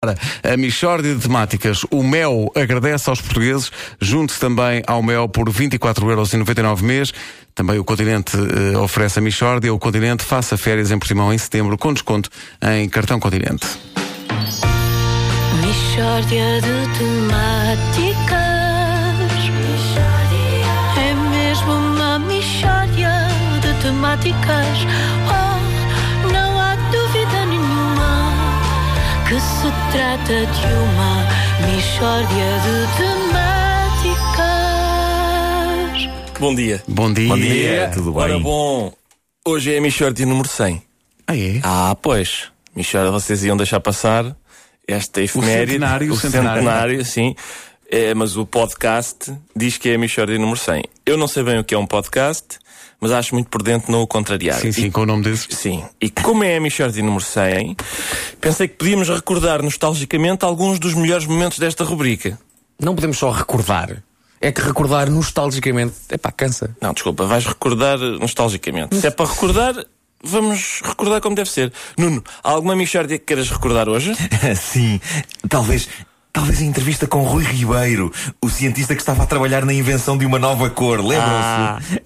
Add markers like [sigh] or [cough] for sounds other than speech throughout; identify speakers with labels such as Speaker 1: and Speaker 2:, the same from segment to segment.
Speaker 1: Ora, A Michórdia de Temáticas, o Mel agradece aos portugueses, junte-se também ao Mel por 24,99€ mês. Também o Continente eh, oferece a Michórdia, o Continente faça férias em Portimão em setembro, com desconto em cartão Continente.
Speaker 2: Mishória de temáticas É mesmo uma mishória de temáticas Oh, não há dúvida nenhuma Que se trata de uma mishória de temáticas
Speaker 3: Bom dia.
Speaker 1: Bom dia.
Speaker 4: tudo bem?
Speaker 3: Ora bom, hoje é a Michordia número 100.
Speaker 1: Ah, é?
Speaker 3: Ah, pois. Michordia, vocês iam deixar passar esta efeméride.
Speaker 1: centenário,
Speaker 3: o
Speaker 1: centenário.
Speaker 3: centenário. sim. É, mas o podcast diz que é a Michordia número 100. Eu não sei bem o que é um podcast, mas acho muito prudente não o contrariar.
Speaker 1: Sim, sim, com o nome desses.
Speaker 3: E, sim. E como é a Michordia número 100, pensei que podíamos recordar nostalgicamente alguns dos melhores momentos desta rubrica.
Speaker 4: Não podemos só recordar. É que recordar nostalgicamente. Epá, cansa.
Speaker 3: Não, desculpa, vais recordar eh, nostalgicamente. Se é para recordar, vamos recordar como deve ser. Nuno, há alguma mixórdia que queiras recordar hoje?
Speaker 5: [laughs] Sim, talvez. Talvez a entrevista com Rui Ribeiro, o cientista que estava a trabalhar na invenção de uma nova cor, lembram-se?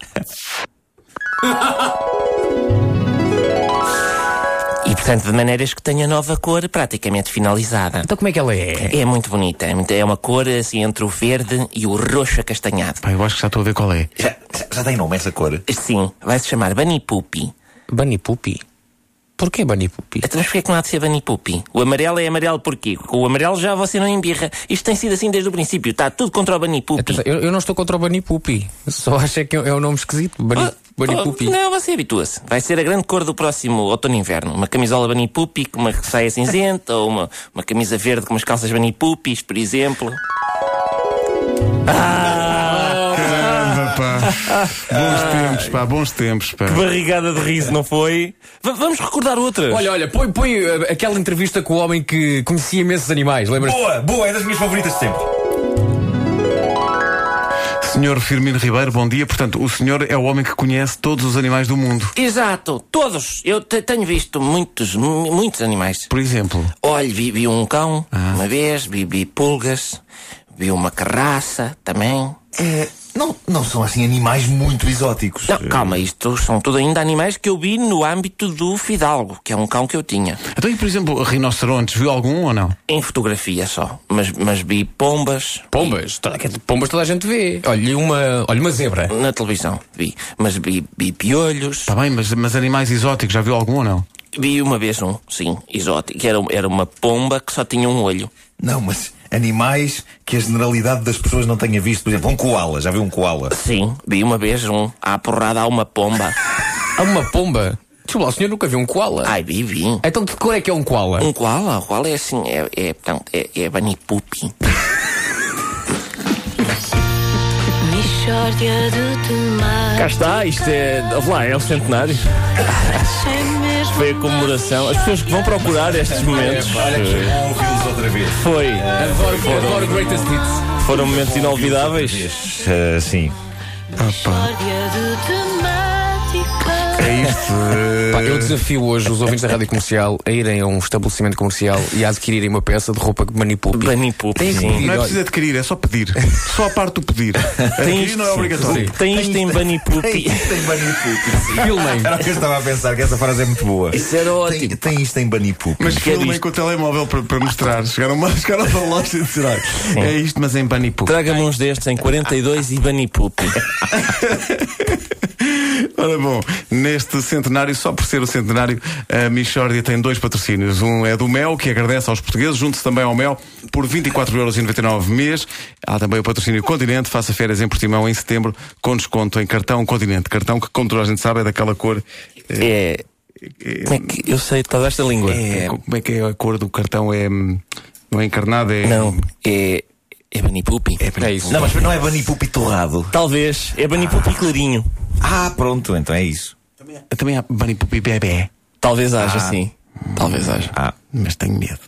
Speaker 3: E portanto, de maneiras que tenha nova cor praticamente finalizada.
Speaker 4: Então como é que ela é?
Speaker 3: É muito bonita, é muito- é uma cor assim entre o verde e o roxo acastanhado.
Speaker 1: Pá, eu acho que já estou a ver qual é.
Speaker 5: Já, já, já tem nome essa cor?
Speaker 3: Sim, vai-se chamar Bunny Poopy.
Speaker 4: Bunny Pupi. Porquê Bunny Pupi?
Speaker 3: Então, mas porquê é que não há de ser Bunny Poopy? O amarelo é amarelo porquê? Com o amarelo já você não embirra. Isto tem sido assim desde o princípio, está tudo contra o Bunny Poopy.
Speaker 4: Atenção, Eu, eu não estou contra o Bunny Pupi. Só acho é que é um nome esquisito. Bunny,
Speaker 3: Ah,
Speaker 4: Bunny
Speaker 3: oh,
Speaker 4: Pupi.
Speaker 3: Não, você habitua-se. Vai ser a grande cor do próximo outono e inverno. Uma camisola Bunny Pupi com uma saia cinzenta [laughs] ou uma, uma camisa verde com umas calças Bunny Pupis, por exemplo.
Speaker 1: Caramba, pá. Bons tempos, pá, bons tempos, pá.
Speaker 3: Barrigada de riso, não foi? V- vamos recordar outras.
Speaker 4: Olha, olha, põe, põe uh, aquela entrevista com o homem que conhecia imensos animais, lembras?
Speaker 5: Boa, boa, é das minhas favoritas de sempre.
Speaker 1: Senhor Firmino Ribeiro, bom dia. Portanto, o senhor é o homem que conhece todos os animais do mundo.
Speaker 3: Exato, todos. Eu te- tenho visto muitos, mu- muitos animais.
Speaker 1: Por exemplo,
Speaker 3: Olha, vi, vi um cão uma vez, vi, vi pulgas, vi uma carraça também.
Speaker 5: É, não, não são assim animais muito exóticos.
Speaker 3: Não, calma, isto são tudo ainda animais que eu vi no âmbito do Fidalgo, que é um cão que eu tinha.
Speaker 1: então, e por exemplo, rinocerontes, viu algum ou não?
Speaker 3: Em fotografia só, mas, mas vi pombas
Speaker 4: Pombas. Toda, pombas toda a gente vê. Olha, uma, olha, uma zebra.
Speaker 3: na televisão, vi, mas vi, vi piolhos,
Speaker 1: Está Tá bem, mas, mas animais exóticos, já viu algum ou não?
Speaker 3: vi uma vez um, sim, exótico, que era, era uma pomba que só tinha um olho.
Speaker 5: Não, mas animais que a generalidade das pessoas não tenha visto. Por exemplo, um koala, já viu um koala?
Speaker 3: Sim, vi uma vez um, à porrada há uma [laughs] pomba.
Speaker 4: Há uma pomba. Desculpa, lá, o senhor nunca viu um koala.
Speaker 3: Ai, vi, vi.
Speaker 4: Então de que cor é que é um koala?
Speaker 3: Um koala, o koala é assim, é, é, portanto, é, é Bunny Pupi.
Speaker 2: Mishória de
Speaker 6: Cá
Speaker 2: temáticas
Speaker 6: está, isto é. Ouve lá, é o centenário.
Speaker 2: É mesmo
Speaker 6: Foi a
Speaker 2: uma
Speaker 6: comemoração. As pessoas que vão procurar estes momentos eh,
Speaker 5: Bom ouvi-los outra vez.
Speaker 6: foi,
Speaker 4: Adoro, adoro Greatest Hits.
Speaker 6: foram momentos inolvidáveis.
Speaker 5: Ah, sim.
Speaker 2: mishória de temáticas
Speaker 1: É isto. eh,
Speaker 4: Pá, eu desafio hoje os ouvintes da rádio comercial a irem a um estabelecimento comercial e a adquirirem uma peça de roupa que manipule.
Speaker 3: Bunny Pupi,
Speaker 4: Tem
Speaker 3: sim.
Speaker 4: que-
Speaker 1: não é preciso adquirir, é só pedir. [laughs] Só a parte do pedir. Adquirir não é
Speaker 3: sim.
Speaker 1: obrigatório.
Speaker 3: Tem isto em Bunny Pupi.
Speaker 5: Tem Bunny Poop, sim.
Speaker 4: Filmem.
Speaker 5: Era o que eu estava a pensar, que essa frase é muito boa.
Speaker 3: Isso era
Speaker 5: Tem,
Speaker 3: ótimo.
Speaker 5: tem isto em Bunny Poop.
Speaker 1: Mas
Speaker 3: Quer
Speaker 1: filmem
Speaker 3: isto?
Speaker 1: com o telemóvel para, para mostrar. Chegaram uma [laughs] chegaram para loja e disseram: "Olha, É isto, mas em Bunny Poop.
Speaker 3: Traga-me uns destes em 42 e Bunny [laughs] Pupi.
Speaker 1: Ora bom, neste centenário, só por ser o centenário, a Michórdia tem dois patrocínios. Um é do Mel, que agradece aos portugueses, junte-se também ao Mel, por 24,99€ mês. Há também o patrocínio Continente, faça férias em Portimão em setembro, com desconto em cartão Continente. Cartão que, como toda a gente sabe, é daquela cor. eh,
Speaker 3: É.
Speaker 1: eh,
Speaker 3: Como é que eu sei toda esta língua?
Speaker 1: é, como é que é a cor do cartão? É, hum, não é encarnado? É,
Speaker 3: Não, é. É Bunny Pupi.
Speaker 4: É isso.
Speaker 5: Não, mas não é Bunny Poop torrado.
Speaker 3: Talvez. É Bunny Pupi clarinho.
Speaker 5: Ah, pronto, então é isso.
Speaker 1: Também há Bunny Pupi Bebé,
Speaker 4: Ah.
Speaker 3: Talvez haja, sim. Talvez haja.
Speaker 5: Ah.
Speaker 1: mas tenho medo.